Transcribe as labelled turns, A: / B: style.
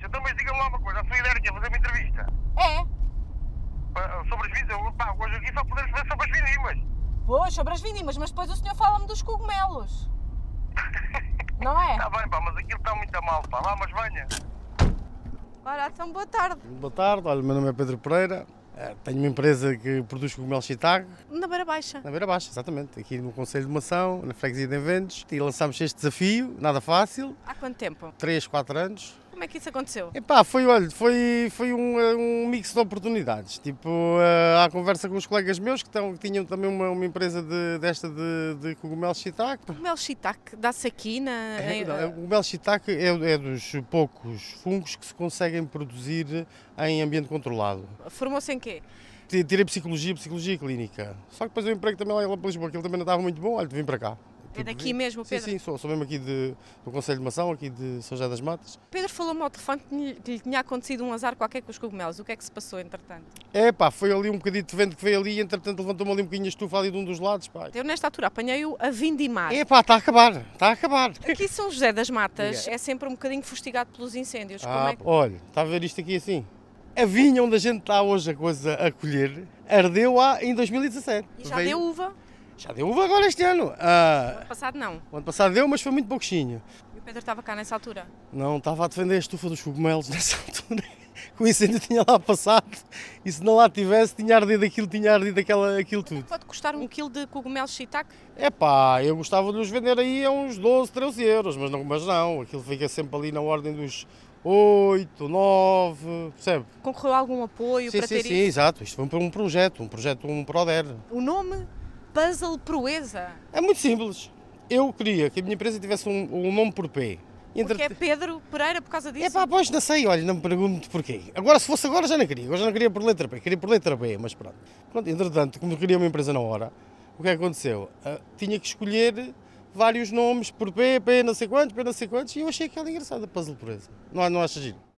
A: Então, mas diga-me lá uma coisa, a sua ideia era que é fazer uma entrevista
B: É.
A: Pa- sobre as vindimas. Pá, hoje aqui só podemos fazer sobre as vindimas.
B: Pois, sobre as vindimas, mas depois o senhor fala-me dos cogumelos. Não é?
A: Está Tá bem, pá, mas aquilo está muito a mal, pá. Lá, mas venha.
B: Ora, então boa tarde.
C: Boa tarde, olha, meu nome é Pedro Pereira, eh, tenho uma empresa que produz cogumelos Chicago,
B: Na Beira Baixa.
C: na Beira Baixa, exatamente, aqui no Conselho de Mação, na Freguesia de Eventos, e lançámos este desafio, nada fácil,
B: Há quanto tempo?
C: 3, 4 anos.
B: Como é que isso aconteceu?
C: Epá, foi, olha, foi, foi um, eh, um mix de oportunidades, tipo, eh, à conversa com os colegas meus que, estão- que tinham também uma, uma empresa de- desta de, de cogumelos Chicago.
B: Cogumelo shiitake dá-se aqui na... em-
C: Não, O mel shiitake é, é dos poucos fungos que se conseguem produzir em ambiente controlado.
B: eh, Formou-se em quê?
C: Ti- Tirei psicologia, psicologia clínica. Só que depois o emprego também lá em Lisboa, aquilo também não estava muito bom, olha, vim para cá.
B: É
C: Tipo,
B: daqui
C: vim-
B: mesmo,
C: Sim,
B: Pedro?
C: sim, sou, sou mesmo aqui de- do Conselho de Mação, aqui de São José das Matas.
B: Pedro falou-me ao telefone que lhe- que lhe tinha acontecido um azar qualquer com os cogumelos. O que é que se passou, entretanto?
C: É pá, foi ali um bocadinho de vento que veio ali e entretanto levantou-me ali um bocadinho a estufa ali de um dos lados, pá.
B: Eu, nesta altura, apanhei-o a vindimar.
C: É pá, está a acabar, está a acabar.
B: Aqui São José das Matas
C: Diga.
B: é sempre um bocadinho fustigado pelos incêndios. Como
C: Ah,
B: é que...
C: Olha, está a ver isto aqui assim? A vinha onde a gente está hoje a coisa a colher, ardeu há em 2017.
B: E já
C: Veio-
B: deu uva?
C: Já deu uva agora este ano. Ah,
B: Passado não.
C: o ano passado deu, mas foi muito pouquinho.
B: E o Pedro estava cá nessa altura.
C: Não, estava a defender a estufa dos cogumelos nessa altura. Que o incêndio tinha lá passado e se não lá tivesse, tinha ardido aquilo, tinha ardido aquela, aquilo tudo.
B: Pode custar um quilo de cogumelos shiitake?
C: É pá, eu gostava de os vender aí a uns 12, 13 euros, mas não, mas não aquilo fica sempre ali na ordem dos 8, 9, percebe?
B: Concorreu a algum apoio
C: sim,
B: para
C: sim,
B: ter
C: sim,
B: isso?
C: exato. Isto foi para um projeto, um projeto, um Proder.
B: O nome? Puzzle Proeza.
C: É muito simples. Eu queria que a minha empresa tivesse um, um nome por P.
B: Porque é Pedro Pereira por causa disso?
C: É pá, pois não sei, olha, não me pergunto porquê. Agora, se fosse agora, já não queria. Agora já não queria por letra B, queria por letra B, mas pronto. Pronto, entretanto, como queria uma empresa na hora, o que é que aconteceu? Ah, tinha que escolher vários nomes por P, P não sei quantos, P não sei quantos, e eu achei aquela engraçada, puzzle por esse. Não, não achas giro?